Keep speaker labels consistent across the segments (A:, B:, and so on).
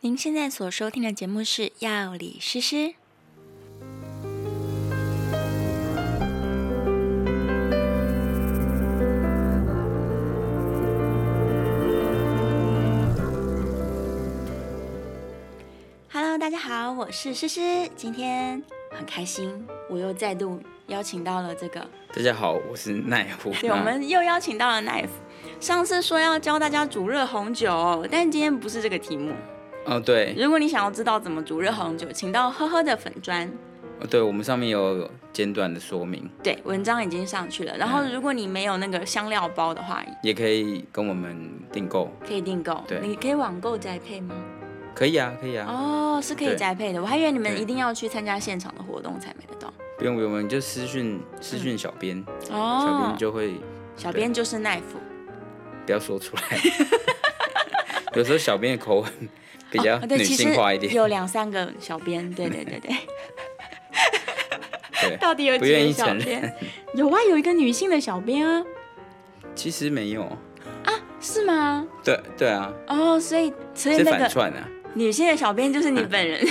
A: 您现在所收听的节目是《药理诗诗》。Hello，大家好，我是诗诗，今天很开心，我又再度邀请到了这个
B: 大家好，我是奈 虎。
A: 对，我们又邀请到了 Knife。上次说要教大家煮热红酒，但今天不是这个题目。
B: 哦，对，
A: 如果你想要知道怎么煮热红酒，请到呵呵的粉砖。
B: 哦对，我们上面有简短的说明，
A: 对，文章已经上去了。然后，
B: 嗯
A: 如果你没有那个香料包的话，
B: 也可以跟我们订购，
A: 可以订购。
B: 对
A: 你可以网购宅配吗？
B: 可以啊，可以啊，
A: 哦，是可以
B: 对
A: 宅配的。我还以为你们
B: 对
A: 一定要去参加现场的活动才买得到。
B: 不用不用，我们就私讯私讯小编，小
A: 哦
B: 编，就会
A: 小编就是 knife。
B: 不要 说出来，有时候小编的口吻比较
A: 哦对，
B: 女
A: 其
B: 性
A: 实
B: 化一点，
A: 有两三个小编，对对 对对，
B: 对，
A: 到底有
B: 不
A: 几
B: 愿
A: 个
B: 意
A: 小
B: 承认
A: 编？有啊，有一个女性的小编啊，
B: 其实没有，
A: 是吗？
B: 对对啊，
A: 哦，所以所以
B: 是
A: 那
B: 反
A: 个
B: 串啊，
A: 女性的小编就是你本人。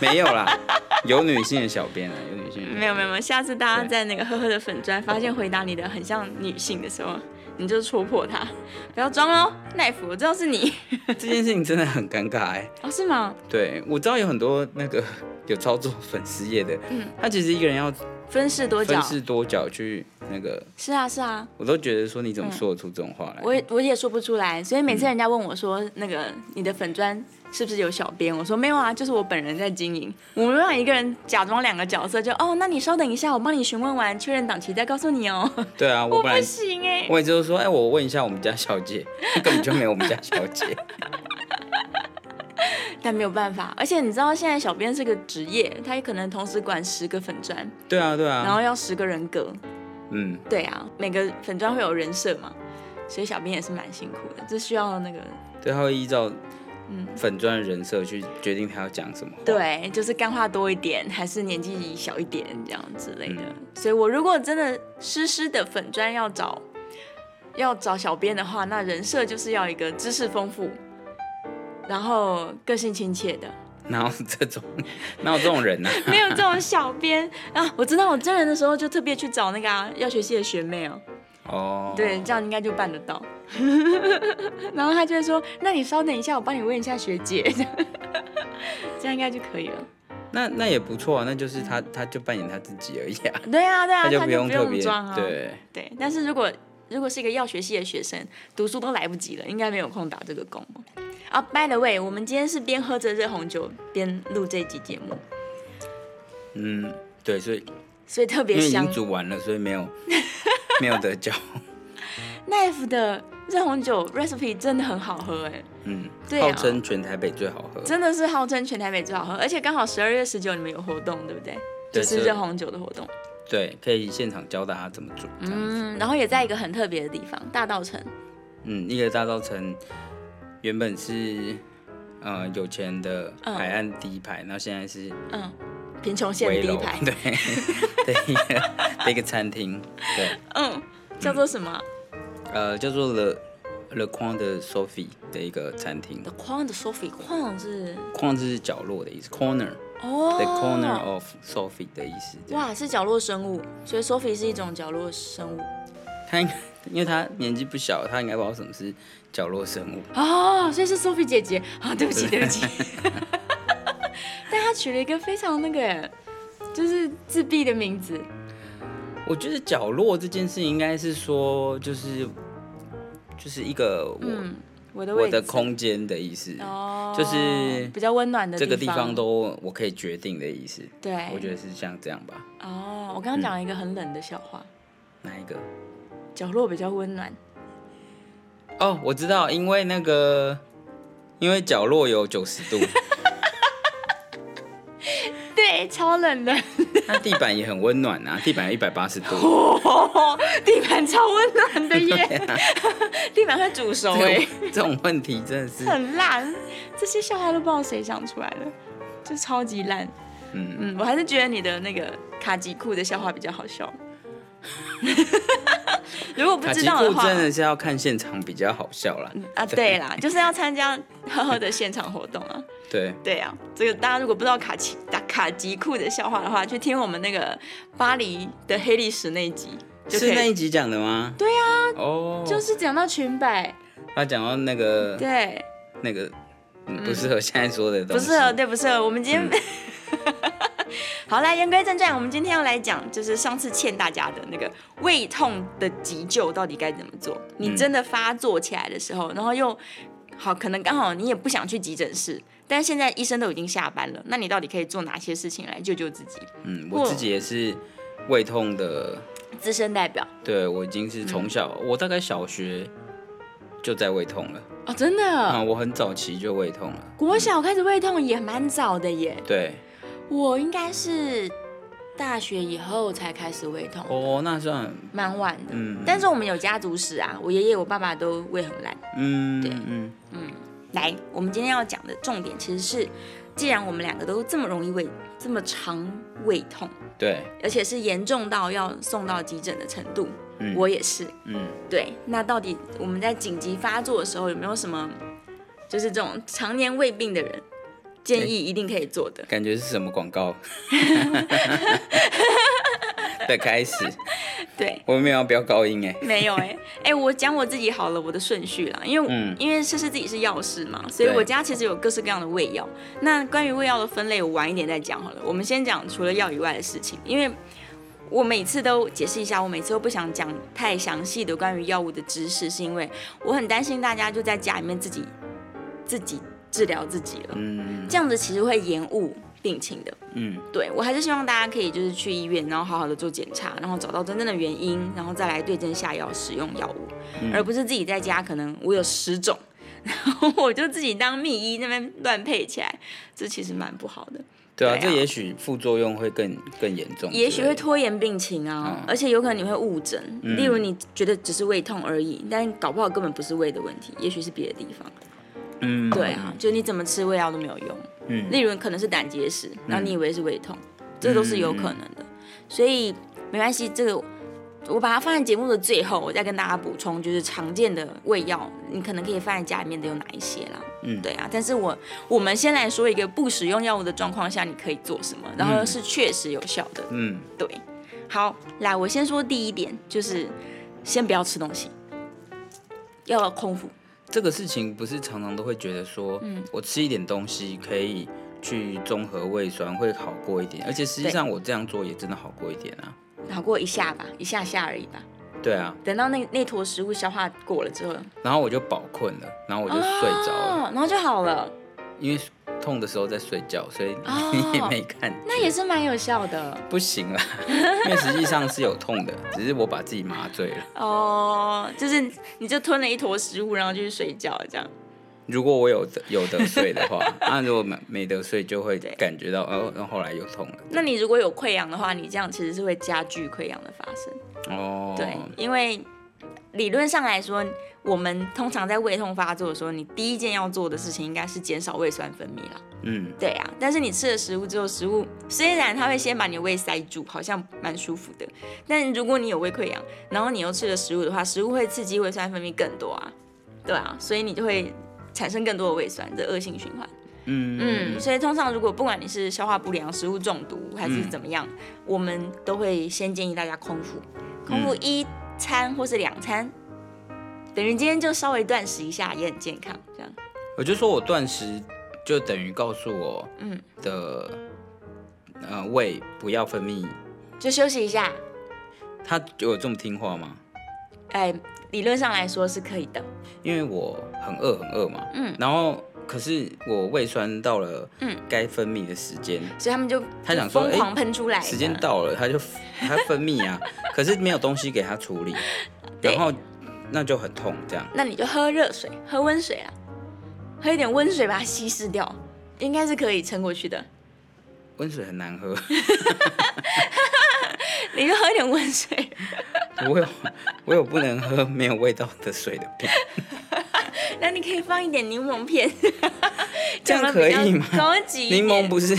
B: 没有啦，有女性的小编啊，有女性的小编，
A: 没有没有没有，下次大家
B: 对
A: 在那个呵呵的粉砖发现回答你的很像女性的时候，你就戳破她，不要装喽，奈夫，我知道是你
B: 这件事情真的很尴尬哎、
A: 哦，是吗？
B: 对，我知道有很多那个 有操作粉丝页的，
A: 嗯
B: 他其实一个人要
A: 分饰多角
B: 分，饰多角去那个，
A: 是啊是啊，
B: 我都觉得说你怎么说得出这种话来？
A: 我也我也说不出来，所以
B: 嗯
A: 每次人家问我说、那个你的粉砖是不是有小编，我说没有啊，就是我本人在经营，我没办法一个人假装两个角色，就哦，那你稍等一下，我帮你询问完确认档期再告诉你哦，
B: 对啊，
A: 我
B: 我本
A: 不
B: 来
A: 行哎、
B: 我也就是说，哎、我问一下我们家小姐， 根本就没有我们家小姐，
A: 但没有办法，而且你知道现在小编是个职业，他也可能同时管十个粉砖，
B: 对啊，对
A: 然
B: 啊，
A: 后要十个人格，
B: 嗯，
A: 对啊，每个粉砖会有人设嘛，所以小编也是蛮辛苦的，这需要那个
B: 对，他会依照
A: 嗯
B: 粉砖的人设去决定他要讲什么话，
A: 对，就是干话多一点，还是年纪小一点这样之类的。
B: 嗯
A: 所以我如果真的湿湿的粉砖要找要找小编的话，那人设就是要一个知识丰富，然后个性亲切的，
B: 哪有这种哪有这 种人呢、啊？
A: 没有这种小编啊。我知道我真人的时候就特别去找那个、啊、药学系的学妹哦、
B: 哦，
A: 对，这样应该就办得到。 然后他就会说：“那你稍等一下，我帮你问一下学姐。” 这样应该就可以了。
B: 那那也不错啊，那就是他他就扮演他自己而已啊，
A: 对啊，对啊，他
B: 他就
A: 不
B: 不用特别、
A: 装啊。
B: 对。
A: 对，但是如果如果是一个药学系的学生，读书都来不及了，应该没有空打这个工哦。啊、b y the way，我们今天是边喝着热红酒边录这集节目，
B: 嗯，对，所以
A: 所以特
B: 因
A: 别
B: 为已
A: 香
B: 经。煮完了，所以 没有没有得叫。
A: Knife 的热红酒 recipe 真的很好喝哎，
B: 嗯，
A: 对啊
B: 号称全台北最好喝，
A: 真的是号称全台北最好喝，而且刚好十二月十九你们有活动，对不对？
B: 对
A: 就是
B: 是
A: 热红酒的活动，
B: 对，可以现场教大家怎么煮。这样子，
A: 嗯，然后也在一个很特别的地方，大道城。
B: 嗯，一个大稻城原本是呃有钱的
A: 嗯
B: 海岸第一排，然后现在是
A: 嗯，贫穷线
B: 危
A: 第一
B: 楼，
A: 排
B: 对 的一个的一个餐厅，对，
A: 嗯，叫做什么啊、
B: 呃叫做 Le Le Coin 的 Sophie 的一个餐厅
A: The Corner Sophie Corner 是
B: ，Coin 是角落的意思，Corner
A: 哦
B: The Corner of Sophie 的意思。这样
A: 哇，是角落生物，所以 Sophie 是一种角落生物
B: 他应该，因为他年纪不小，他应该不知道什么是角落生物。
A: 哦，所以是 Sophie 姐姐啊，对不起对不起， 但她取了一个非常那个，就是自闭的名字，
B: 我觉得角落这件事应该是说，就是就是一个我、
A: 嗯，我的
B: 我
A: 位置
B: 的空间的意思，
A: 哦，
B: 就是
A: 比较温暖的
B: 这个
A: 地
B: 地方都我可以决定的意思。
A: 对，
B: 我觉得嗯是像这样吧。
A: 哦，我刚刚讲了一个很冷的笑话，
B: 哪一个？
A: 角落比较温暖，
B: 哦，我知道，因为那个，因为角落有九十度，
A: 对，超冷的，
B: 那地板也很温暖啊，地板有一百八十度。
A: 哦，地板超温暖的 耶，
B: 啊
A: 地板会煮熟
B: 这
A: 哎
B: 种。这种问题真的是，
A: 很烂，这些笑话都不知道谁想出来的，就超级烂。
B: 嗯，
A: 嗯，我还是觉得你的那个卡吉库的笑话比较好笑。 如果不
B: 卡
A: 知
B: 其
A: 道的
B: 裤
A: 话，
B: 真的是要看现场比较好笑啦。
A: 啊，对啦，就是要参加呵呵的现场活动啊。
B: 对，
A: 对啊，这个大家如果不知道卡其打卡吉库的笑话的话，去听我们那个巴黎的黑历史那一集就可
B: 是那
A: 以。啊
B: 一集讲的吗？对呀、哦，
A: 就是讲到裙摆，
B: 他讲到那个
A: 对，啊
B: 那个嗯不适合现在说的东
A: 不
B: 西，
A: 适合，嗯对，不适合。我们嗯今天， 好来，言归正传，我们今天要来讲，就是上次欠大家的那个胃痛的急救到底该怎么做？你真的发作起来的时候，然后又好，可能刚好你也不想去急诊室，但是现在医生都已经下班了，那你到底可以做哪些事情来救救自己？
B: 嗯，我自己也是胃痛的，
A: 资深代表
B: 对我已经是
A: 嗯
B: 从小，我大概小学就在胃痛了，
A: 哦，真
B: 啊、
A: 的，
B: 我很早期就胃痛了，
A: 国小开始胃痛也蛮早的耶，
B: 对，
A: 我应该是大学以后才开始胃痛，
B: 哦，那算，
A: 蛮晚的。
B: 嗯，
A: 但是我们有家族史啊，我爷爷、我爸爸都胃很烂。
B: 嗯，
A: 对
B: 嗯，
A: 来，我们今天要讲的重点其实是，既然我们两个都这么容易胃这么常胃痛，
B: 对，
A: 而且是严重到要送到急诊的程度，
B: 嗯
A: 我也是。
B: 嗯，
A: 对，那到底我们在紧急发作的时候有没有什么，就是这种常年胃病的人建
B: 哎
A: 议一定可以做的？
B: 感觉是什么 广告 的开始，
A: 对，
B: 我没有要飙高音哎，
A: 没有哎、欸、哎、我讲我自己好了，我的顺序啦，因为、
B: 嗯
A: 因为诗诗自己是药师嘛，所以
B: 对
A: 我家其实有各式各样的胃药。那关于胃药的分类，我晚一点再讲好了。我们先讲除了药以外的事情，因为我每次都解释一下，我每次都不想讲太详细的关于药物的知识，是因为我很担心大家就在家里面自己自己治疗自己了，
B: 嗯
A: 这样子其实会延误病情的。
B: 嗯，
A: 对我还是希望大家可以就是去医院，然后好好的做检查，然后找到真正的原因，然后再来对症下药使用药物，而不是自己在家可能我有十种， 然后我就自己当秘医那边乱配起来，这其实蛮不好的，
B: 对
A: 对
B: 啊，
A: 啊
B: 这也许副作用会更更严重之类的，
A: 也许会拖延病情啊，而且有可能你会误诊，例如你觉得只是胃痛而已，但搞不好根本不是胃的问题，也许是别的地方。
B: 嗯，
A: 对啊，就你怎么吃胃药都没有用。
B: 嗯
A: 例如可能是胆结石，然后你以为是胃痛，这都是有可能
B: 嗯
A: 的。所以没关系，这个我把它放在节目的最后，我再跟大家补充，就是常见的胃药，你可能可以放在家里面的有哪一些啦。
B: 嗯
A: 对啊。但是我我们先来说一个不使用药物的状况下你可以做什么，然后是确实有效的。
B: 嗯，
A: 对，好，来我先说第一点，就是先不要吃东西，要空腹。
B: 这个事情不是常常都会觉得说，
A: 嗯
B: 我吃一点东西可以去中和胃酸会好过一点，而且实际上我这样做也真的好过一点啊。
A: 熬过一下吧，一下下而已吧。
B: 对啊，
A: 等到那那坨食物消化过了之后，
B: 然后我就饱困了，然后我就睡着了，
A: 哦，然后就好了。
B: 因为痛的时候在睡觉，所以
A: 哦
B: 你 也没看。
A: 那也是蛮有效的
B: 不行啦，因为实际上是有痛的，只是我把自己麻醉了。
A: 哦，就是你就吞了一坨食物，然后就去睡觉这样。
B: 如果我有得有得睡 的话，那如果没没得睡，就会感觉到哦，然后后来又痛了。
A: 那你如果有溃疡的话，你这样其实是会加剧溃疡的发生。
B: 哦，
A: 对，因为理论上来说，我们通常在胃痛发作的时候，你第一件要做的事情应该是减少胃酸分泌啦。
B: 嗯，
A: 对啊，但是你吃了食物之后，食物虽然它会先把你的胃塞住，好像蛮舒服的，但如果你有胃溃疡，然后你又吃了食物的话，食物会刺激胃酸分泌更多啊，对啊，所以你就会产生更多的胃酸的恶性循环。
B: 嗯
A: 嗯，所以通常如果不管你是消化不良、食物中毒还是怎么样，我们都会先建议大家空腹，空腹一餐或是两餐，等于今天就稍微断食一下，也很健康，这样。
B: 我就说我断食就等于告诉我，
A: 嗯
B: 的，呃，胃不要分泌，
A: 就休息一下，
B: 它有这么听话吗？
A: 哎，理论上来说是可以的。
B: 因为我很饿很饿嘛，
A: 嗯，
B: 然后可是我胃酸到了，
A: 嗯，
B: 该分泌的时间，
A: 所以他们就
B: 他想说哎
A: 疯狂喷出来、
B: 时间，到了，它就 它分泌啊，可是没有东西给它处理，
A: 对
B: 然后那就很痛，这样
A: 那你就喝热水，喝温水啦，喝一点温水把它稀释掉，应该是可以撑过去的。
B: 温水很难喝，
A: 你就喝一点温水，
B: 我有我有不能喝没有味道的水的病，
A: 那你可以放一点柠檬片，
B: 这
A: 讲
B: 样可
A: 得比
B: 以
A: 较
B: 吗？
A: 高级一点
B: 柠檬不是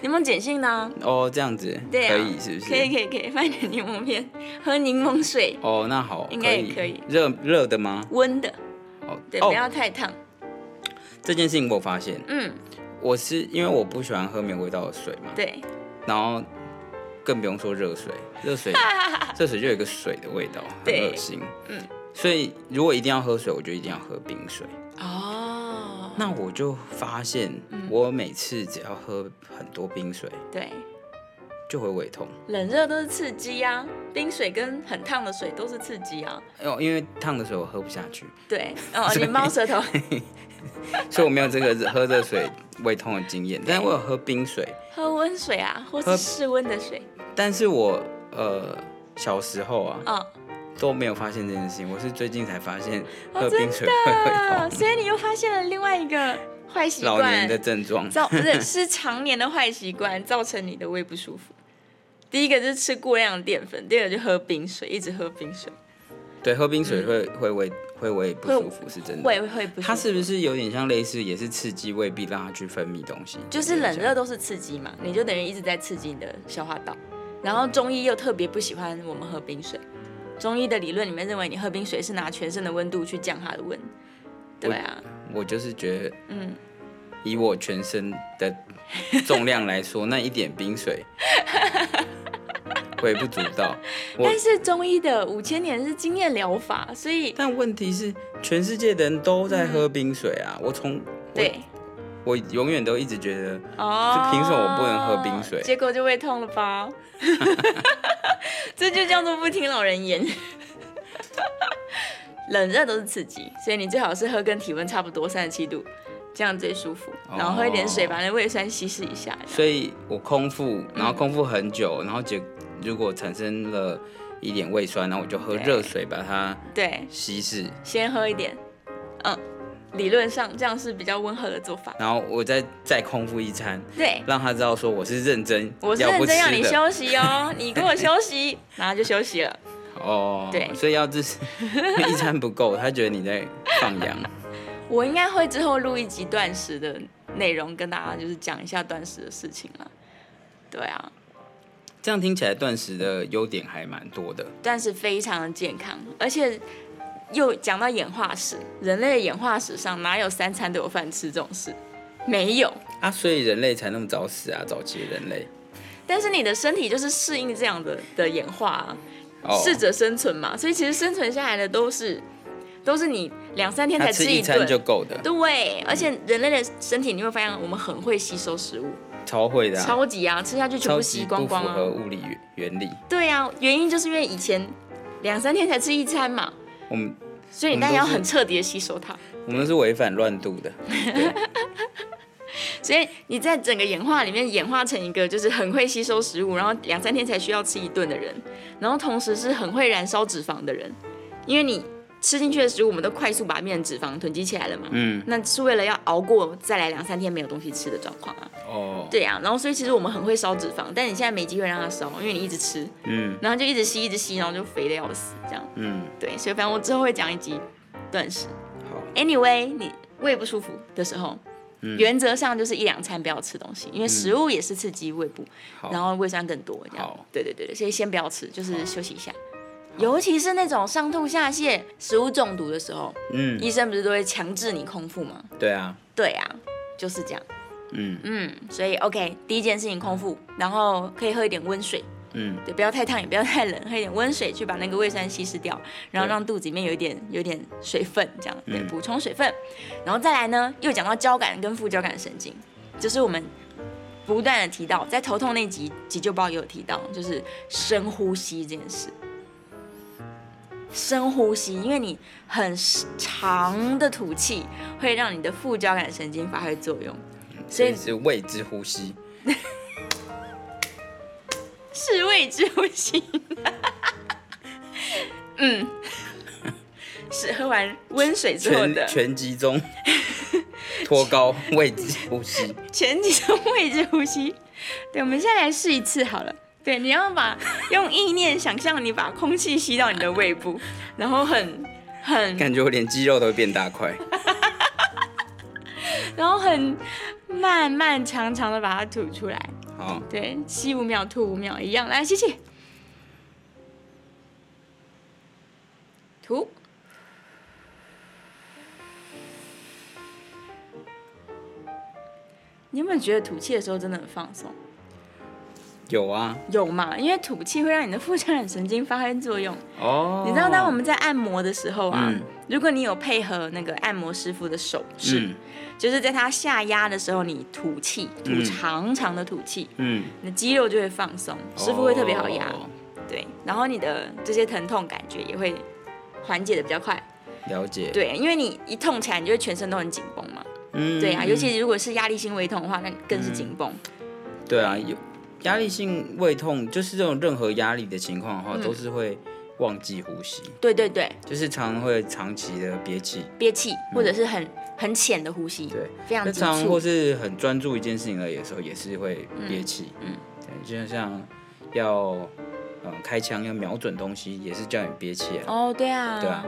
A: 柠檬碱性呢、
B: 哦，这样子
A: 对啊，
B: 可以是不是？
A: 可以可以可以，放一点柠檬片，喝柠檬水，
B: 哦，那好，
A: 应该也
B: 以
A: 可以
B: 热热的吗？
A: 温的，
B: 哦，
A: 对，不
B: 哦，
A: 要太烫。
B: 这件事情我有发现，
A: 嗯，
B: 我是因为我不喜欢喝没有味道的水嘛，
A: 对，
B: 然后更不用说热水，热水热水就有一个水的味道，很
A: 对
B: 恶心。
A: 嗯
B: 所以如果一定要喝水，我就一定要喝冰水。
A: 哦，
B: 那我就发现，
A: 嗯
B: 我每次只要喝很多冰水，
A: 对，
B: 就会胃痛。
A: 冷热都是刺激啊，冰水跟很烫的水都是刺激啊。
B: 哦，因为烫的水我喝不下去，
A: 对， 哦，你猫舌头，
B: 所以我没有 这个喝热水胃痛的经验。但是我有喝冰水，
A: 喝温水啊，或
B: 喝
A: 是室温的水。
B: 但是我呃小时候啊
A: 哦，
B: 都没有发现这件事情，我是最近才发现
A: 哦
B: 喝
A: 真
B: 冰水会胃
A: 啊，
B: 痛，
A: 所以你又发现了另外一个坏习
B: 老年的
A: 惯，
B: 症状。
A: 造不 是是常年的坏习惯造成你的胃不舒服。第一个就是吃过量的淀粉，第二个就喝冰水，一直喝冰水，
B: 对，喝冰水会会胃会胃不
A: 嗯会
B: 舒服是真的。
A: 胃会不舒服。
B: 它是不是有点像类似也是刺激胃壁，让它去分泌东西？
A: 就是冷热都是刺激嘛，你就等于一直在刺激你的消化道。然后中医又特别不喜欢我们喝冰水，中医的理论里面认为你喝冰水是拿全身的温度去降它的温。对啊，
B: 我就是觉得，
A: 嗯，
B: 以我全身的重量 来说，那一点冰水微不足道。我
A: 但是中医的五千年是经验疗法，所以
B: 但问题是，全世界的人都在喝冰水啊！我从我
A: 对
B: 我永远都一直觉得，
A: 哦，
B: 凭什么我不能喝冰水
A: 结果就胃痛了吧？ 这就叫做不听老人言。 冷热都是刺激，所以你最好是喝跟体温差不多三十七度，这样最舒服。然后喝一点水，
B: 哦
A: 把那胃酸稀释一下。
B: 所以我空腹，然后空腹很久，然后结如果产生了一点胃酸，然后我就喝
A: 对
B: 热水把它
A: 对，
B: 稀释，
A: 先喝一点，嗯，理论上这样是比较温和的做法。
B: 然后我再再空腹一餐，
A: 对，
B: 让他知道说我是认真，
A: 我是
B: 要
A: 认
B: 不
A: 真
B: 吃
A: 让你
B: 的
A: 休息哦，你给我休息，然后就休息了。
B: 哦，
A: 对
B: 所以要支持， 一餐不够，他觉得你在放 羊。
A: 我应该会之后录一集断食的内容，跟大家就是讲一下断食的事情啦。对啊，
B: 这样听起来，断食的优点还蛮多的。
A: 断食非常的健康，而且又讲到演化史，人类的演化史上哪有三餐都有饭吃这种事？没有。
B: 啊，所以人类才那么早死啊，早期的人类。
A: 但是你的身体就是适应这样的的演化、啊，
B: 哦
A: 适者生存嘛。所以其实生存下来的都是都是你两三天
B: 他
A: 才
B: 吃
A: 一
B: 一餐
A: 顿。
B: 就够的，
A: 对，而且人类的身体，你会发现我们很会吸收食物，
B: 超会的、啊，
A: 超级啊，吃下去全
B: 超
A: 部
B: 级
A: 吸
B: 不
A: 光
B: 符
A: 光啊。
B: 合物理原原理。
A: 对呀、啊，原因就是因为以前两三天才吃一餐嘛，
B: 我们
A: 所以
B: 我
A: 你
B: 们
A: 当然
B: 都
A: 要
B: 是
A: 很彻底的吸收它。
B: 我们都是违反乱度的，对，
A: 所以你在整个演化里面演化成一个就是很会吸收食物，然后两三天才需要吃一顿的人，然后同时是很会燃烧脂肪的人，因为你吃进去的食物，我们都快速把它变成脂肪囤积起来了嘛。
B: 嗯，
A: 那是为了要熬过再来两三天没有东西吃的状况啊。
B: 哦，
A: 对啊，然后所以其实我们很会烧脂肪，但你现在没机会让它烧，因为你一直吃，
B: 嗯
A: 然后就一直吸一直吸，然后就肥的要死这样。
B: 嗯，
A: 对，所以反正我之后会讲一集断食。
B: 好，嗯
A: Anyway，你胃不舒服的时候，原则上就是一两餐不要吃东西，因为食物也是刺激胃部，
B: 好
A: 然后胃酸更多这样
B: 好。
A: 对对对对，所以先不要吃，就是休息一下。尤其是那种上吐下泻、食物中毒的时候，
B: 嗯，
A: 医生不是都会强制你空腹吗？
B: 对啊，
A: 对啊，就是这样。
B: 嗯
A: 嗯，所以 OK，第一件事情空腹，然后可以喝一点温水，
B: 嗯，
A: 对，不要太烫也不要太冷，喝一点温水去把那个胃酸稀释掉，然后
B: 对
A: 让肚子里面有一点有一点水分，这样对，
B: 嗯
A: 补充水分。然后再来呢，又讲到交感跟副交感神经，就是我们不断的提到，在头痛那集急救包也有提到，就是深呼吸这件事。深呼吸，因为你很长的吐气，会让你的副交感神经发挥作用，所
B: 所
A: 以
B: 以是未知呼吸，
A: 是未知呼吸。 嗯，是喝完温水之后的
B: 全全 集中，脱高未知呼吸，
A: 前几种未知呼吸。对，我们现在来试一次好了。对，你要把用意念想象你把空气吸到你的胃部，然后很很
B: 感觉我连肌肉都会变大块。
A: 然后很漫漫长长的把它吐出来。
B: 好，
A: 对，吸五秒吐五秒一样，来吸气，吐，你有没有觉得吐气的时候真的很放松？
B: 有啊，
A: 有嘛？因为吐气会让你的副交感神经发挥作用。
B: 哦，
A: 你知道，当我们在按摩的时候啊，
B: 嗯
A: 如果你有配合那个按摩师傅的手势，
B: 嗯
A: 就是在他下压的时候，你吐气，吐
B: 嗯
A: 长长的吐气，
B: 嗯，
A: 你的肌肉就会放松，师傅会特别好压，
B: 哦
A: 对，然后你的这些疼痛感觉也会缓解的比较快，
B: 了解，
A: 对，因为你一痛起来，你就会全身都很紧绷嘛，
B: 嗯
A: 对啊，
B: 嗯
A: 尤其如果是压力性胃痛的话，那更是紧绷，
B: 对啊，有压力性胃痛，就是这种任何压力的情况的
A: 嗯
B: 话，都是会忘记呼吸，
A: 对对对，
B: 就是常常会长期的憋气，
A: 憋气或者是很很浅的呼吸，
B: 对，
A: 非常
B: 那
A: 急
B: 嗯常或
A: 促，
B: 是很专注一件事情的时候，也是会憋气，
A: 嗯
B: 嗯，对，就像要嗯开枪要瞄准东西，也是叫你憋气啊，
A: 哦，对啊，
B: 对啊，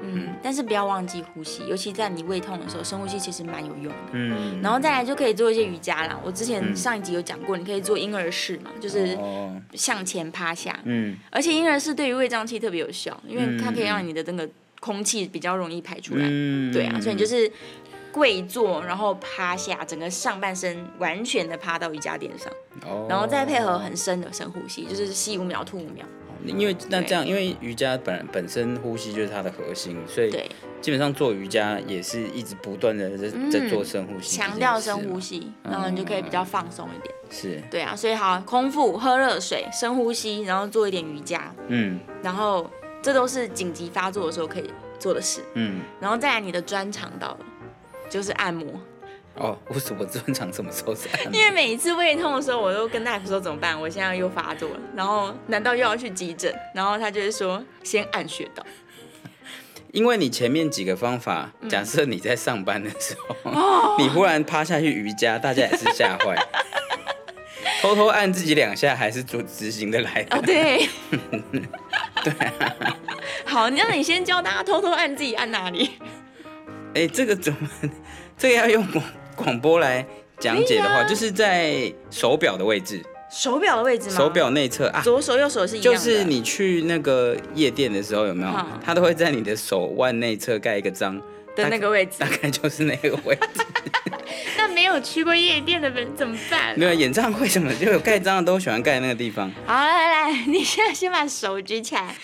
A: 嗯，但是不要忘记呼吸，尤其在你胃痛的时候，深呼吸其实蛮有用的。
B: 嗯，
A: 然后再来就可以做一些瑜伽啦，我之前
B: 嗯
A: 上一集有讲过，你可以做婴儿式嘛，就是
B: 哦，
A: 向前趴下，
B: 嗯
A: 而且婴儿式对于胃胀气特别有效，因为它可以
B: 嗯
A: 让你的那个空气比较容易排出来。
B: 嗯，
A: 对啊，所以你就是跪坐，然后趴下，整个上半身完全的趴到瑜伽垫上，
B: 哦，
A: 然后再配合很深的深呼吸，就是吸五秒吐五秒。
B: 因为那这样，因为瑜伽本本身呼吸就是它的核心，所以
A: 对，
B: 基本上做瑜伽也是一直不断的在、在做深呼
A: 嗯
B: 吸，
A: 强调深呼
B: 吸
A: 吸，然后你就可以比较放松一点。
B: 是，
A: 对啊，所以好，空腹喝热水，深呼吸，然后做一点瑜伽，
B: 嗯
A: 然后这都是紧急发作的时候可以做的事。
B: 嗯，
A: 然后再来你的专长到了，就是按摩。
B: 哦，我什么专长什么时候是按摩
A: 因为每一次胃痛的时候，我都跟大夫说怎么办，我现在又发作了，然后难道又要去急诊？然后他就会说先按穴道。
B: 因为你前面几个方法，
A: 嗯
B: 假设你在上班的时候，
A: 哦
B: 你忽然趴下去瑜伽，大家也是吓 坏，偷偷按自己两下还是做执行的来的。
A: 哦， 对，对、
B: 啊
A: 好，那你先教大家偷偷按自己按哪里？
B: 哎、这个怎么？这个要用广广播来讲解的话，就是在手表的位置，
A: 手表的位置吗？
B: 手，表内侧啊，
A: 左手右手是一样
B: 就
A: 的。
B: 是你去那个夜店的时候，有没有
A: 嗯？
B: 他都会在你的手腕内侧盖一个章
A: 的那个位置
B: 大。概就是那个位置。
A: 那没有去过夜店的人怎么办？
B: 没有演唱会什么就有盖章的，都喜欢盖那个地方。
A: 好，来来来，你现在先把手举起来，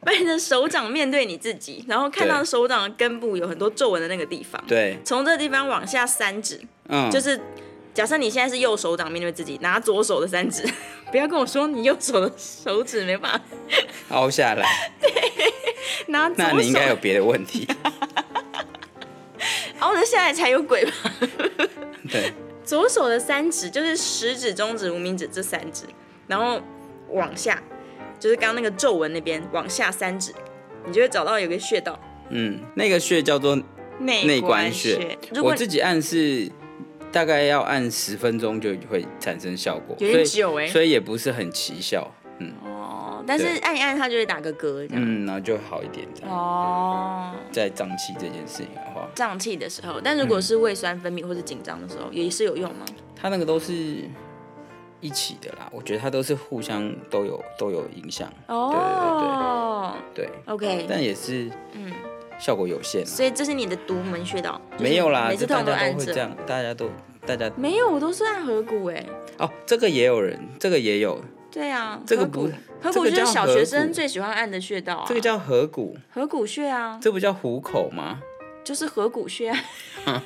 A: 把你的手掌面对你自己，然后看到
B: 对
A: 手掌的根部有很多皱纹的那个地方，
B: 对，
A: 从这个地方往下三指，
B: 嗯，
A: 就是假设你现在是右手掌面对自己，拿左手的三指， 不要跟我说你右手的手指没办法
B: 凹下来。
A: 拿左
B: 那你应该有
A: 手哦
B: 别的问题。
A: 凹得下来才有鬼吧？
B: 对，
A: 左手的三指就是食指、中指、无名指这三指，然后往下，就是刚刚那个皱纹那边往下三指，你就会找到有个穴道
B: 嗯，那个穴叫做
A: 内
B: 内
A: 关
B: 关穴。
A: 如果
B: 我自己按是大概要按十分钟就会产生效果，
A: 有
B: 所
A: 点
B: 以
A: 久哎、
B: 所以也不是很奇效。嗯
A: 哦，但是按一按它就会打个嗝这样。
B: 嗯，然后就好一点这样。
A: 哦，
B: 在胀气这件事情的话，
A: 胀气的时候，但如果
B: 嗯
A: 是胃酸分泌或是紧张的时候，也是有用吗？
B: 它那个都是一起的啦，我觉得它都是互相都有都有影响。
A: 哦，
B: 对，
A: o k
B: 但也是
A: 嗯，
B: 效果有限啦。啊
A: 所以这是你的独门穴道，就是
B: 没有
A: 嗯
B: 啦，
A: 每次
B: 这
A: 痛
B: 大
A: 都
B: 家
A: 按
B: 都会这样，大家都大家
A: 没有，我都是按合谷哎、
B: 哦，这个也有人，这个也有，
A: 对啊，
B: 这个
A: 合谷
B: 不
A: 合
B: 这
A: 谷就
B: 个
A: 是
B: 叫
A: 小
B: 合
A: 学
B: 谷
A: 生最喜欢按的穴道啊，
B: 这个叫合谷，
A: 合谷穴啊，
B: 这不叫虎口吗？
A: 就是合谷穴、啊，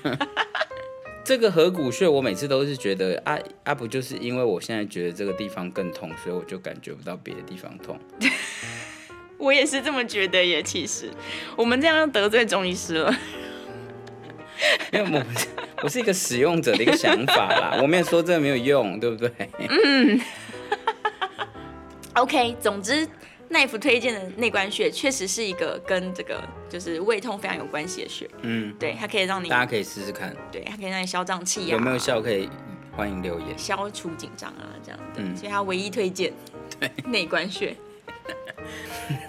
B: 这个合谷穴，我每次都是觉得啊啊，不就是因为我现在觉得这个地方更痛，所以我就感觉不到别的地方痛。
A: 我也是这么觉得耶。其实我们这样要得罪中医师了，
B: 因为我们我是一个 使用者的一个想法啦，我没有说这个没有用，对不对？
A: OK，总之，奈夫推荐的内关穴确实是一个跟这个就是胃痛非常有关系的穴，
B: 嗯，
A: 对，它可以让你
B: 大家可以试试看
A: 对，它可以让你消胀气啊呀、
B: 有没有效，可以欢迎留言。
A: 消除紧张啊这样对，
B: 嗯
A: 所以它唯一推荐对 内关穴。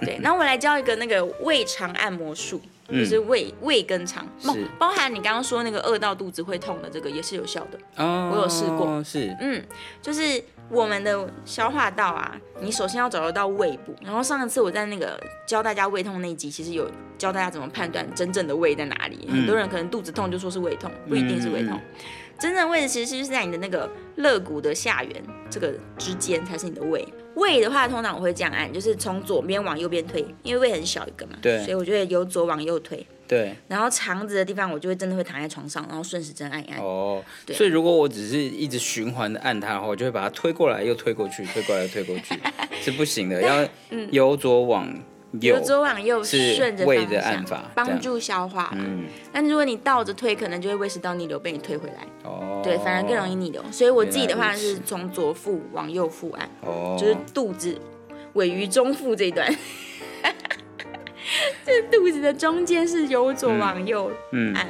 A: 对，那我来教一个那个胃肠按摩术，就是胃、胃跟肠，
B: 嗯是
A: 包包含你刚刚说那个饿到肚子会痛的这个也是有效的。
B: 哦，
A: 我有试过，
B: 是
A: 嗯，就是我们的消化道啊，你首先要找得到胃部。然后上一次我在那个教大家胃痛那一集，其实有教大家怎么判断真正的胃在哪里。很多人可能肚子痛就说是胃痛，不一定是胃痛。
B: 嗯
A: 真正的位置其实是在你的那个肋骨的下缘这个之间才是你的胃。胃的话，通常我会这样按，就是从左边往右边推，因为胃很小一个嘛，
B: 对
A: 所以我就会由左往右推。
B: 对
A: 然后肠子的地方，我就会真的会躺在床上，然后顺时针按一按。
B: 哦。
A: 对
B: 所以如果我只是一直循环的按它的话，我就会把它推过来又推过去，推过来又推过 去，是不行的，要由左往右
A: 嗯由。左往右
B: 是
A: 顺着
B: 胃
A: 方
B: 的
A: 向
B: 按法这
A: 帮
B: 样
A: 助消化。
B: 嗯，
A: 但如果你倒着推，可能就会胃食道逆流被你推回来，
B: 哦，
A: 对，反而更容易逆流。所以我自己的
B: 原来
A: 话
B: 如此
A: 是从左腹往右腹按，
B: 哦，
A: 就是肚子尾于中腹这一 段，这肚子的中间是由左往右
B: 嗯
A: 按，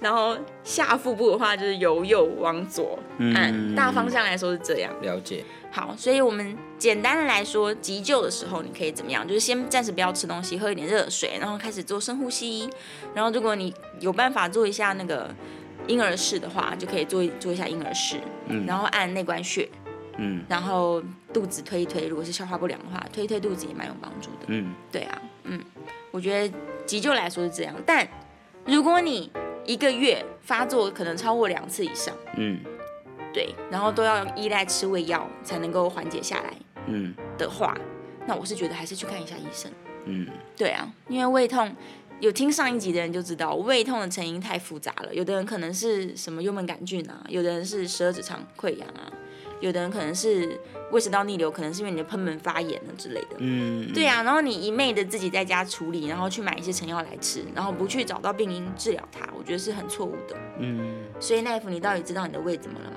A: 然后下腹部的话就是由右往左按，
B: 嗯
A: 大方向来说是这样。
B: 了解，
A: 好，所以我们简单的来说，急救的时候你可以怎么样？就是先暂时不要吃东西，喝一点热水，然后开始做深呼吸。然后如果你有办法做一下那个婴儿式的话，就可以做一做一下婴儿式，
B: 嗯
A: 然后按内关穴，
B: 嗯
A: 然后肚子推一推。如果是消化不良的话，推一推肚子也蛮有帮助的。
B: 嗯，
A: 对啊，嗯，我觉得急救来说是这样，但如果你一个月发作可能超过两次以上，
B: 嗯
A: 对，然后都要依赖吃胃药才能够缓解下来。
B: 嗯
A: 的话，那我是觉得还是去看一下医生。
B: 嗯，
A: 对啊，因为胃痛，有听上一集的人就知道，胃痛的成因太复杂了。有的人可能是什么幽门杆菌啊，有的人是十二指肠溃疡啊，有的人可能是胃食道逆流，可能是因为你的喷门发炎啊了之类的。
B: 嗯，
A: 对啊，然后你一昧的自己在家处理，然后去买一些成药来吃，然后不去找到病因治疗它，我觉得是很错误的。
B: 嗯，
A: 所以奈夫，你到底知道你的胃怎么了吗？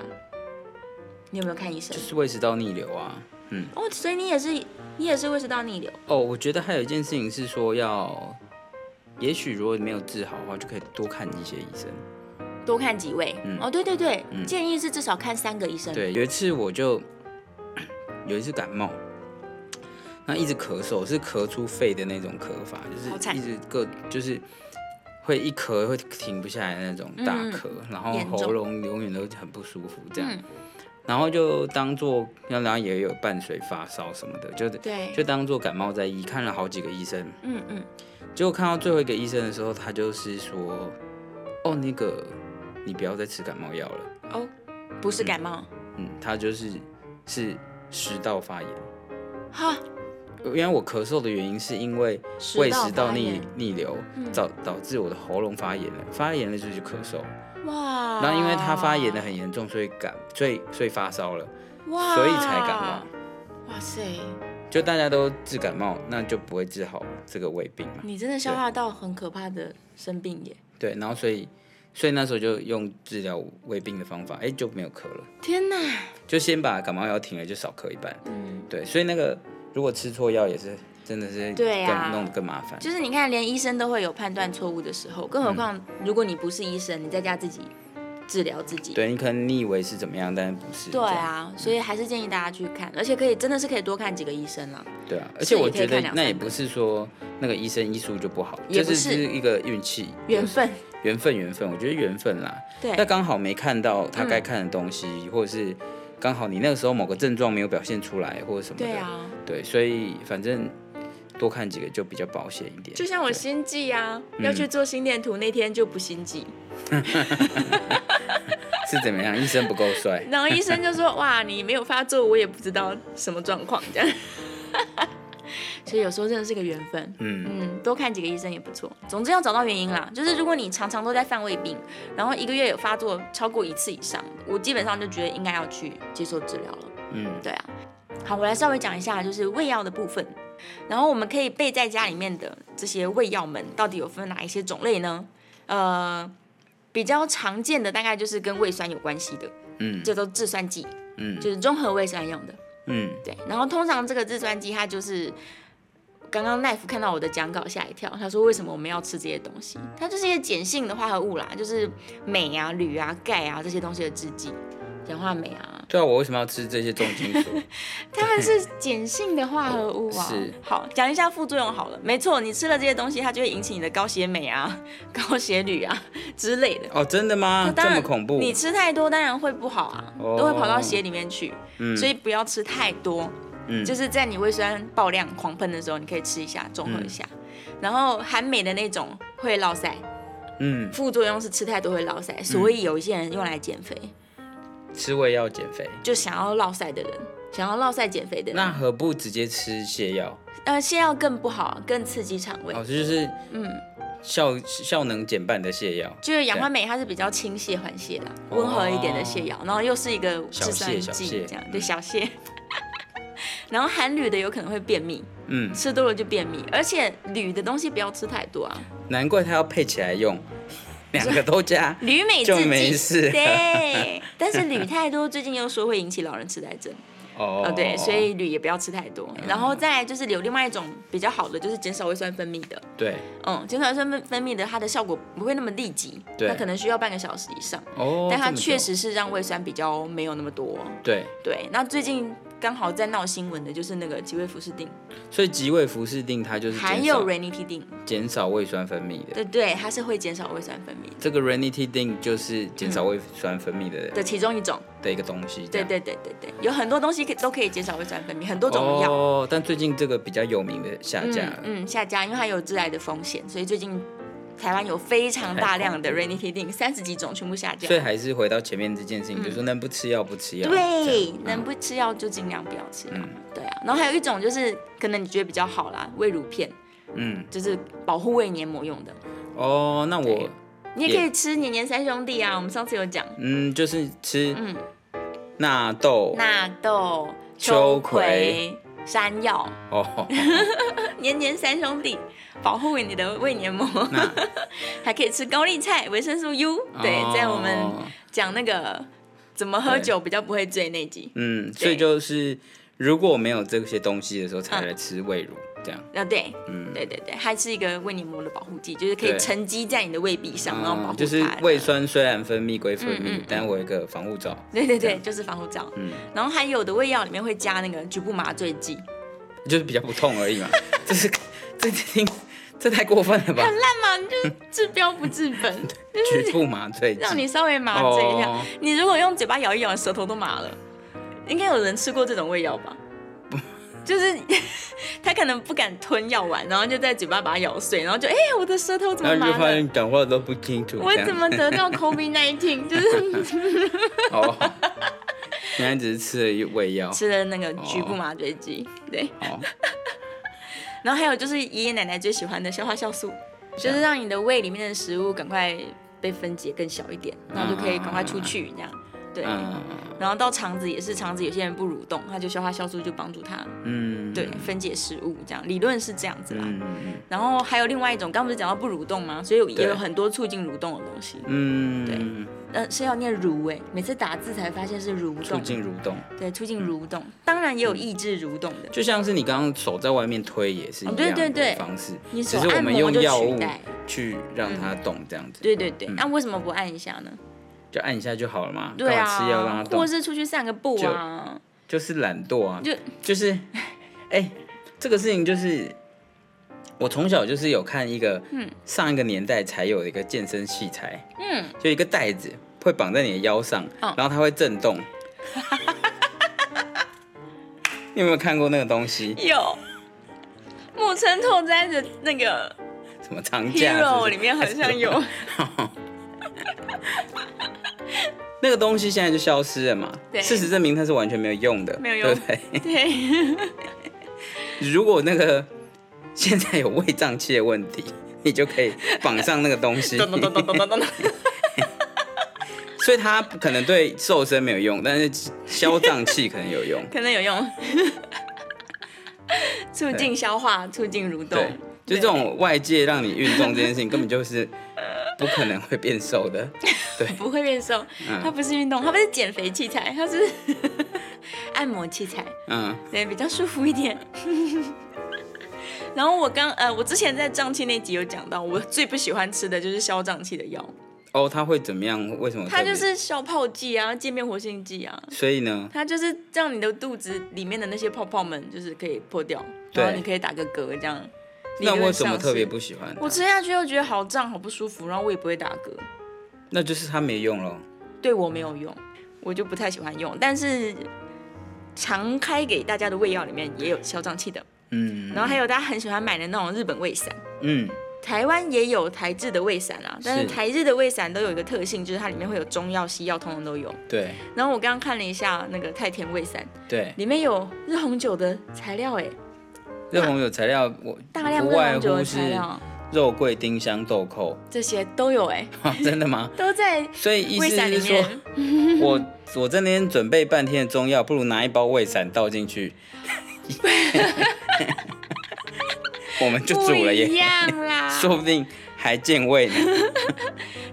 A: 你有没有看医生
B: 就？是胃食道逆流啊。
A: 哦，所以你也是，你也是胃食道逆流。
B: 哦，我觉得还有一件事情是说要，也许如果你没有治好的话，就可以多看一些医生。
A: 多看几位。哦，对对对，建议是至少看三个医生。
B: 嗯对，有一次我就有一次感冒，那一直咳嗽，是咳出肺的那种咳法，
A: 好
B: 就是
A: 惨
B: 一直各就是会一咳会停不下来那种大
A: 嗯
B: 咳，然后
A: 严重
B: 喉咙永远都很不舒服这样，
A: 嗯
B: 然后就当做然后也有伴随发烧什么的，就
A: 对
B: 就当做感冒在医，看了好几个医生，
A: 嗯嗯，
B: 结果看到最后一个医生的时候，他就是说，哦那个你不要再吃感冒药了。
A: 哦，不是感冒，
B: 嗯，他就是是食道发炎。
A: 哈，
B: 因为我咳嗽的原因是因为胃食道
A: 发
B: 逆
A: 炎嗯
B: 逆流导导致我的喉咙发炎了，发炎了就是咳嗽。
A: 哦哇，
B: 然后因为它发炎的很严重，所以感所以所以发烧了，
A: 哇，
B: 所以才感冒。。
A: 哇塞，
B: 就大家都治感冒，那就不会治好这个胃病嘛。
A: 你真的消化道很可怕的生病耶！
B: 对，然后所以所以那时候就用治疗胃病的方法，哎就没有咳了，
A: 天哪，嗯
B: 就先把感冒药停了，就少咳一半。对，所以那个如果吃错药也是真的是
A: 对啊
B: 更弄得更麻烦。
A: 就是你看，连医生都会有判断错误的时候，更何况
B: 嗯
A: 如果你不是医生，你在家自己治疗自己。
B: 对你可能你以为是怎么样，但是不是。
A: 对
B: 这样，
A: 啊，所以还是建议大家去看，而且可以真的是可以多看几个医生啦。
B: 对啊，而
A: 是
B: 且我
A: 也可以
B: 觉得
A: 看两
B: 那
A: 三
B: 也
A: 个
B: 不是说那个医生医术就不好，
A: 也
B: 就
A: 不是
B: 是是一个运气、
A: 缘分，
B: 缘分、缘分。我觉得缘分啦，
A: 对嗯
B: 那刚好没看到他该看的东西，或者是刚好你那个时候某个症状没有表现出来，或者什么的。
A: 对啊，
B: 对所以反正多看几个就比较保险一点。
A: 就像我
B: 对
A: 心悸啊，要去做心电图那天就不心悸，，
B: 是怎么样，医生不够帅
A: 然后医生就说：“哇，你没有发作，我也不知道什么状况。”这样， 所以有时候真的是个缘分。
B: 嗯
A: 嗯，多看几个医生也不错。总之要找到原因啦。就是如果你常常都在犯胃病，然后一个月有发作超过一次以上，我基本上就觉得应该要去接受治疗了。
B: 嗯
A: 对啊，好，我来稍微讲一下就是胃药的部分。然后我们可以备在家里面的这些胃药们到底有分哪一些种类呢？呃，比较常见的大概就是跟胃酸有关系的，
B: 嗯
A: 叫做制酸剂，
B: 嗯
A: 就是综合胃酸用的。
B: 嗯，
A: 对，然后通常这个制酸剂它就是。刚刚奈夫看到我的讲稿吓一跳，他说：“为什么我们要吃这些东西？它就是一些碱性的化合物啦，就是镁啊、铝啊、钙啊这些东西的制剂，氧化镁啊、样。
B: 对啊，我为什么要吃这些重金 属？
A: 它们是碱性的化合物啊。
B: 是。
A: 好，讲一下副作用好了。没错，你吃了这些东西，它就会引起你的高血镁啊、 高血铝啊之类的。
B: 哦，真的吗
A: 那？当
B: 这
A: 然
B: 么恐怖？
A: 你吃太多当然会不好啊，
B: 哦
A: 都会跑到血里面去。
B: 嗯
A: 所以不要吃太多，
B: 嗯
A: 就是在你胃酸爆量狂喷的时候，你可以吃一下，综合一下。然后含镁的那种会落腮，
B: 嗯，
A: 副作用是吃太多会落腮，所以有一些人用来减肥，
B: 吃胃药减肥，
A: 就想要落腮的人，想要落腮减肥的人，
B: 那何不直接吃泻药？
A: 呃，泻药更不好，更刺激肠胃。
B: 哦，这就是
A: 嗯，
B: 效效能减半的泻药。
A: 就是氧化镁，它是比较清泻缓泻的，温和一点的泻药，然后又是一个
B: 哦小
A: 制酸
B: 泻小
A: 剂，
B: 泻
A: 这样
B: 嗯
A: 对小泻。 然后含铝的有可能会便秘，
B: 嗯，
A: 吃多了就便秘，而且铝的东西不要吃太多啊，
B: 难怪它要配起来用，两个都加。
A: 铝镁制
B: 就
A: 剂
B: 没事了
A: 对，但是铝太多，最近又说会引起老人痴呆症
B: 哦嗯
A: 啊、对，所以铝也不要吃太多。然后再来就是有另外一种比较好的，就是减少胃酸分泌的，
B: 对
A: 嗯，减少胃酸分分泌的它的效果不会那么立即，
B: 对
A: 它可能需要半个小时以上，
B: 哦，
A: 但它
B: 这么久
A: 确实是让胃酸比较没有那么多。
B: 对，
A: 对，那最近刚好在闹新闻的就是那个吉胃福士定，
B: 所以极味服士定它就是
A: 还
B: 减
A: 有
B: 少
A: r e n i t i d i n
B: 减少胃酸分泌的。
A: 对对，它是会减少胃酸分泌
B: 这个 ranitidine 就是减少胃酸分泌的
A: 的其中一种。
B: 的一个东西，
A: 嗯
B: 这
A: 对
B: 样
A: 对对对对，有很多东西可以都可以减少胃酸分泌，很多种药。
B: 哦，但最近这个比较有名的下架
A: 嗯
B: 了，
A: 嗯，下架，因为它有致癌的风险，所以最近台湾有非常大量的 r a n i t i d i n 三十几种全部下架
B: 所。以还是回到前面这件事情，就是说能不吃药不吃药，
A: 嗯
B: 这
A: 对
B: 样，
A: 能
B: 嗯
A: 不吃药就尽量不要吃药。
B: 嗯
A: 对啊，然后还有一种就是可能你觉得比较好啦，胃乳片，
B: 嗯
A: 就是保护胃黏膜用的，
B: 哦，那我
A: 对你也可以吃年年三兄弟啊，我们上次有讲，
B: 嗯就是吃
A: 嗯，
B: 纳豆
A: 纳豆、
B: 秋
A: 葵、山药，
B: 哦，
A: 年年三兄弟，保护你的胃黏膜。
B: 那
A: 还可以吃高丽菜、维生素 U。对，
B: 哦
A: 在我们讲那个怎么喝酒比较不会醉那集，
B: 嗯，所以就是如果没有这些东西的时候，才
A: 嗯
B: 来吃胃乳这样，
A: 啊，对，
B: 嗯
A: 对对对，它是一个胃黏膜的保护剂，就是可以
B: 对
A: 沉积在你的胃壁上，然后保护它。
B: 嗯就是胃酸虽然分泌归分
A: 嗯嗯
B: 泌
A: 嗯，
B: 但我有一个防护罩，
A: 对对
B: 这
A: 对，
B: 样
A: 就是防护罩。
B: 嗯
A: 然后还有的胃药里面会加那个局部麻醉 剂，
B: 就是比较不痛而已嘛， 这是这听这太过分了 吧？
A: 干嘛？你就是治标不治本，
B: 局部麻醉剂，
A: 让你稍微麻醉一下。
B: 哦
A: 你如果用嘴巴咬一咬，舌头都麻了。应该有人吃过这种胃药 吧？就是 他可能不敢吞药丸，然后就在嘴巴把它咬碎，然后就哎、我的舌头怎么
B: 然后
A: 麻
B: 就发
A: 了？
B: 现讲话都不清楚，
A: 我
B: 这样
A: 怎么得 到 COVID 1 9就是。
B: 哦， 原来只是吃了一胃药
A: 吃了那个局部麻醉剂，对。
B: 哦，
A: 然后还有就是爷爷奶奶最喜欢的消化酵素，
B: 啊
A: 就是让你的胃里面的食物赶快被分解更小一点，然后就可以赶快出去这样。对，
B: 嗯
A: 然后到肠子也是，肠子有些人不蠕动，它就消化酵素就帮助它
B: 嗯，
A: 对，分解食物这样，理论是这样子啦。
B: 嗯，嗯
A: 然后还有另外一种，刚刚不是讲到不蠕动吗？所以有也
B: 对
A: 有很多促进蠕动的东西。
B: 嗯，
A: 对
B: 嗯，
A: 呃，是要念蠕哎，每次打字才发现是蠕
B: 促
A: 动。
B: 进嗯蠕动，
A: 对，促进蠕动，当然也有抑制蠕动的。
B: 就像是你刚刚手在外面推也是一
A: 哦
B: 样
A: 对对对
B: 的方式，
A: 你手
B: 只是我
A: 按
B: 们
A: 摩
B: 用
A: 就
B: 药
A: 取
B: 物嗯
A: 代。嗯
B: 去让它动，这样子
A: 对对对，那、为什么不按一下呢？
B: 就按一下就好了嘛，
A: 对
B: 干嘛吃药让
A: 啊
B: 它，
A: 或
B: 动，
A: 是出去散个步啊。
B: 就是懒惰啊，
A: 就
B: 就是， 哎、这个事情就是我从小就是有看一个，上一个年代才有的一个健身器材，
A: 嗯，
B: 就一个带子会绑在你的腰上，
A: 嗯
B: 然后它会 震动。 你有没有看过那个东西？
A: 有木村拓哉的那个
B: 什么长架是
A: Hero
B: 不是
A: 里面好像 有，
B: 那个东西现在就消失了嘛？
A: 对
B: 事实证明它是完全没有用的，
A: 没有用
B: 对不对？
A: 对，
B: 如果那个现在有胃胀气的问题，你就可以绑上那个 东西。
A: 咚咚咚咚咚咚咚。。
B: 所以它可能对瘦身没有用，但是消胀气可能有用
A: 可能有 用，促进消化，促进蠕动
B: 对，，就这种外界让你运动这件事情，根本就是不可能会变瘦 的。
A: 不会变瘦。
B: 嗯
A: 它不是运动，它不是减肥器材，它是 按摩器材，
B: 嗯，
A: 对，比较舒服一点。 然后我刚呃，我之前在胀气那集有讲到，我最不喜欢吃的就是消胀气的药，
B: 哦，他会怎么样？为什么特别？
A: 它就是消泡剂啊，界面活性剂啊，
B: 所以呢，
A: 它就是让你的肚子里面的那些泡泡们就是可以破掉，然后
B: 对
A: 你可以打个嗝这样。理
B: 那
A: 论
B: 为什么
A: 上
B: 特别
A: 是
B: 不喜欢它？
A: 我吃下去又觉得好胀、好不舒服，然后我也不会打嗝，
B: 那就是它没用咯。
A: 对我没
B: 嗯
A: 有用，我就不太喜欢用。但是常开给大家的胃药里面也有消胀气的，
B: 嗯
A: 然后还有大家很喜欢买的那种日本胃散，
B: 嗯，
A: 台湾也有台制的胃散啊，但是
B: 是
A: 台制的胃散都有一个特性，就是它里面会有中药、西药，通通都有。
B: 对
A: 然后我刚刚看了一下那个太田胃散，
B: 对，
A: 里面有日红酒的材料，哎，
B: 热红酒材料我
A: 大量
B: 不
A: 日
B: 外
A: 红酒
B: 乎
A: 的
B: 是
A: 材料，
B: 肉桂、丁香、豆蔻，
A: 这些都有，哎，
B: 真的吗？
A: 都在
B: 所以意
A: 胃
B: 思
A: 散里
B: 是说，
A: 面。
B: 我我在那边准备半天的中药，不如拿一包胃散倒进去， 我们就煮
A: 不
B: 了
A: 一
B: 耶，
A: 样啦，
B: 说不定还健胃呢，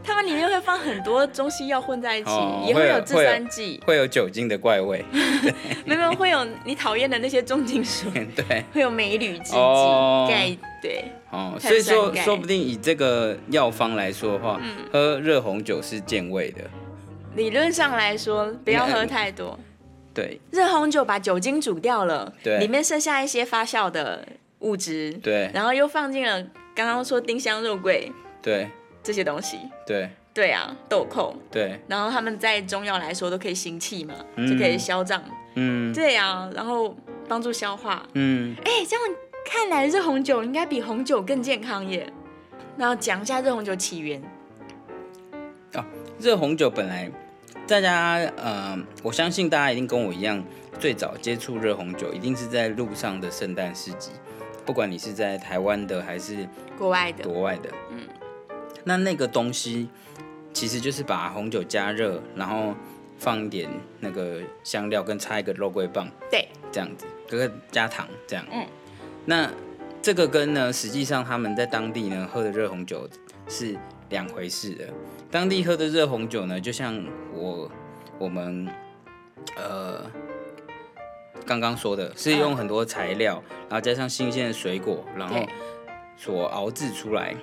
A: 他们里面会放很多中西药混在一起，
B: 哦
A: 也会
B: 会
A: 有
B: 有
A: 制酸剂，
B: 会有酒精的怪味。
A: 没有没有会有你讨厌的那些重金属，
B: 对，
A: 会有镁铝制剂
B: 哦
A: 钙，对，
B: 哦，
A: 碳
B: 所以说
A: 酸钙
B: 说不定以这个药方来说的话，
A: 嗯
B: 喝热红酒是健胃的。
A: 理论上来说不要喝太多。
B: 对
A: 热红酒把酒精煮掉了，
B: 对
A: 里面剩下一些发酵的物质，
B: 对
A: 然后又放进了刚刚说丁香、肉桂
B: 对
A: 这些东西，
B: 对
A: 对啊，豆蔻，
B: 对，
A: 然后他们在中药来说都可以行气嘛，
B: 嗯
A: 就可以消胀，
B: 嗯
A: 对啊，然后帮助消化，
B: 嗯，
A: 哎、这样看来热红酒应该比红酒更健康耶。然后讲一下热红酒起源，
B: 哦热红酒本来大家呃，我相信大家一定跟我一样，最早接触热红酒一定是在路上的圣诞市集，不管你是在台湾的还是
A: 国外的，
B: 国外的，嗯，那那个东西其实就是把红酒加热，然后放一点那个香料，跟插一个肉桂棒，
A: 对，
B: 这样子，可是加糖这样，
A: 嗯，
B: 那这个跟呢，实际上他们在当地呢喝的热红酒是两回事的。当地喝的热红酒呢，就像我我们呃刚刚说的，
A: 嗯
B: 是用很多材料，然后加上新鲜的水果，然后
A: 对
B: 所熬制出来。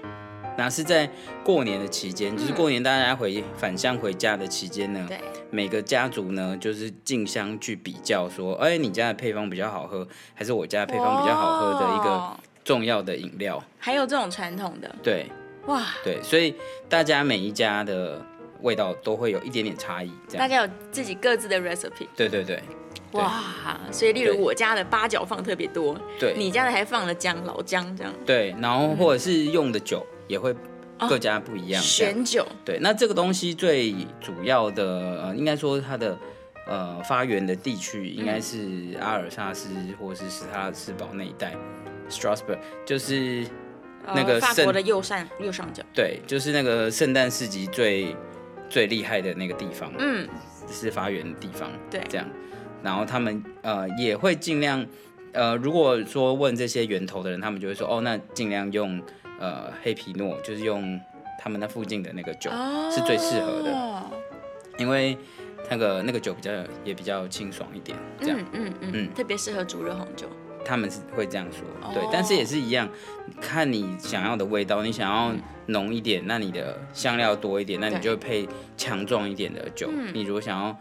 B: 那是在过年的期间，就是过年大家回返乡回家的期间呢，
A: 嗯对，
B: 每个家族呢就是竞相去比较，说，哎、你家的配方比较好喝，还是我家的配方比较好喝的一个
A: 哇，哦
B: 重要的饮料。
A: 还有这种传统的，
B: 对
A: 哇，
B: 对，所以大家每一家的味道都会有一点点差异，这
A: 大
B: 样。
A: 家有自己各自的 recipe，
B: 对对对对
A: 哇，所以例如
B: 对
A: 我家的八角放特别多，
B: 对，
A: 你嗯家的还放了姜、老姜这样，
B: 对，然后或者是用的酒也会各家不一样，这
A: 哦
B: 样。
A: 选酒，
B: 对，那这个东西最主要的，呃，应该说它的呃发源的地区应该是阿尔萨斯或是史塔斯堡那一带，Strasbourg，就是那个
A: 呃法
B: 圣
A: 国的右上右上角，
B: 对，就是那个圣诞市集最最厉害的那个地方，
A: 嗯，
B: 是发源的地方，
A: 对
B: 这样，然后他们呃也会尽量。呃，如果说问这些源头的人，他们就会说，哦，那尽量用呃黑皮诺，就是用他们那附近的那个酒、是最适合的。
A: 哦
B: 因为那个那个酒比较也比较清爽一点，这样、
A: 嗯嗯嗯，
B: 嗯
A: 特别适合煮热红酒，
B: 他们是会这样说，
A: 哦
B: 对，但是也是一样，看你想要的味道，你想要浓一点，那你的香料多一点，那你
A: 对
B: 就配强壮一点的酒。
A: 嗯
B: 你如果想要，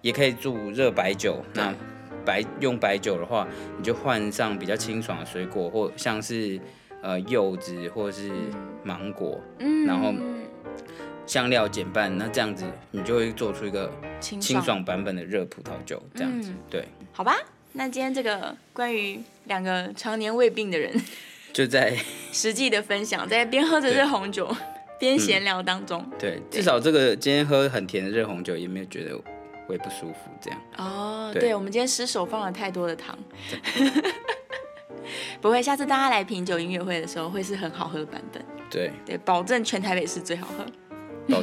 B: 也可以煮热白酒，
A: 对
B: 那白用白酒的话，你就换上比较清爽的水果，或像是呃柚子或是芒果，
A: 嗯，
B: 然后香料减半，那这样子你就会做出一个
A: 清
B: 清爽版本的热葡萄酒，这样子，
A: 嗯
B: 对。
A: 好吧，那今天这个关于两个常年胃病的人
B: 就在
A: 实际的分享，在边喝着热红酒边闲聊当中，
B: 对，至少这个今天喝很甜的热红酒也没有觉得胃不舒服，这样
A: 哦，
B: 对
A: 对，我们今天失手放了太多的糖， 不会，下次大家来品酒音乐会的时候会是很好喝的版本，
B: 对，
A: 对，保证全台北市最好喝，
B: 保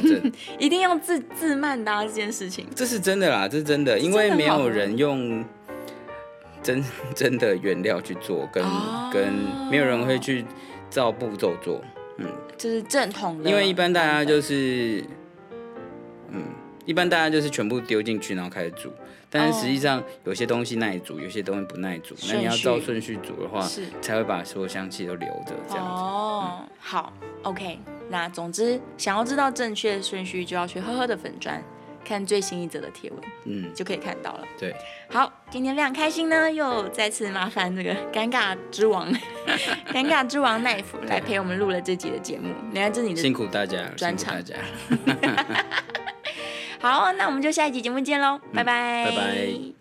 B: 证
A: 一定要自自慢搭这件事情，
B: 这是真的啦，这是真的，因
A: 哦
B: 为没有人用真 真的原料去做，跟、
A: 哦
B: 跟没有人会去照步骤做，
A: 就是正统的版本，
B: 因为一般大家就是嗯一般大家就是全部丢进去，然后开始煮。但是实际上，有些东西耐煮，有些东西不耐煮。那你要
A: 哦顺序
B: 照顺序煮的话
A: 是，
B: 才会把所有香气都留着这样子。
A: 哦，好，OK。那总之，想要知道正确的顺序，就要去呵呵的粉砖看最新一则的贴文，
B: 嗯，
A: 就可以看到了。
B: 对，
A: 好，今天非常开心呢，又再次麻烦这个尴尬之王， 尴尬之王奈夫来陪我们录了这集的节目。原来这是你
B: 辛
A: 的。
B: 苦大家，辛
A: 专
B: 苦
A: 场
B: 大家，
A: 好，那我们就下一集节目见喽，拜拜，
B: 嗯拜拜。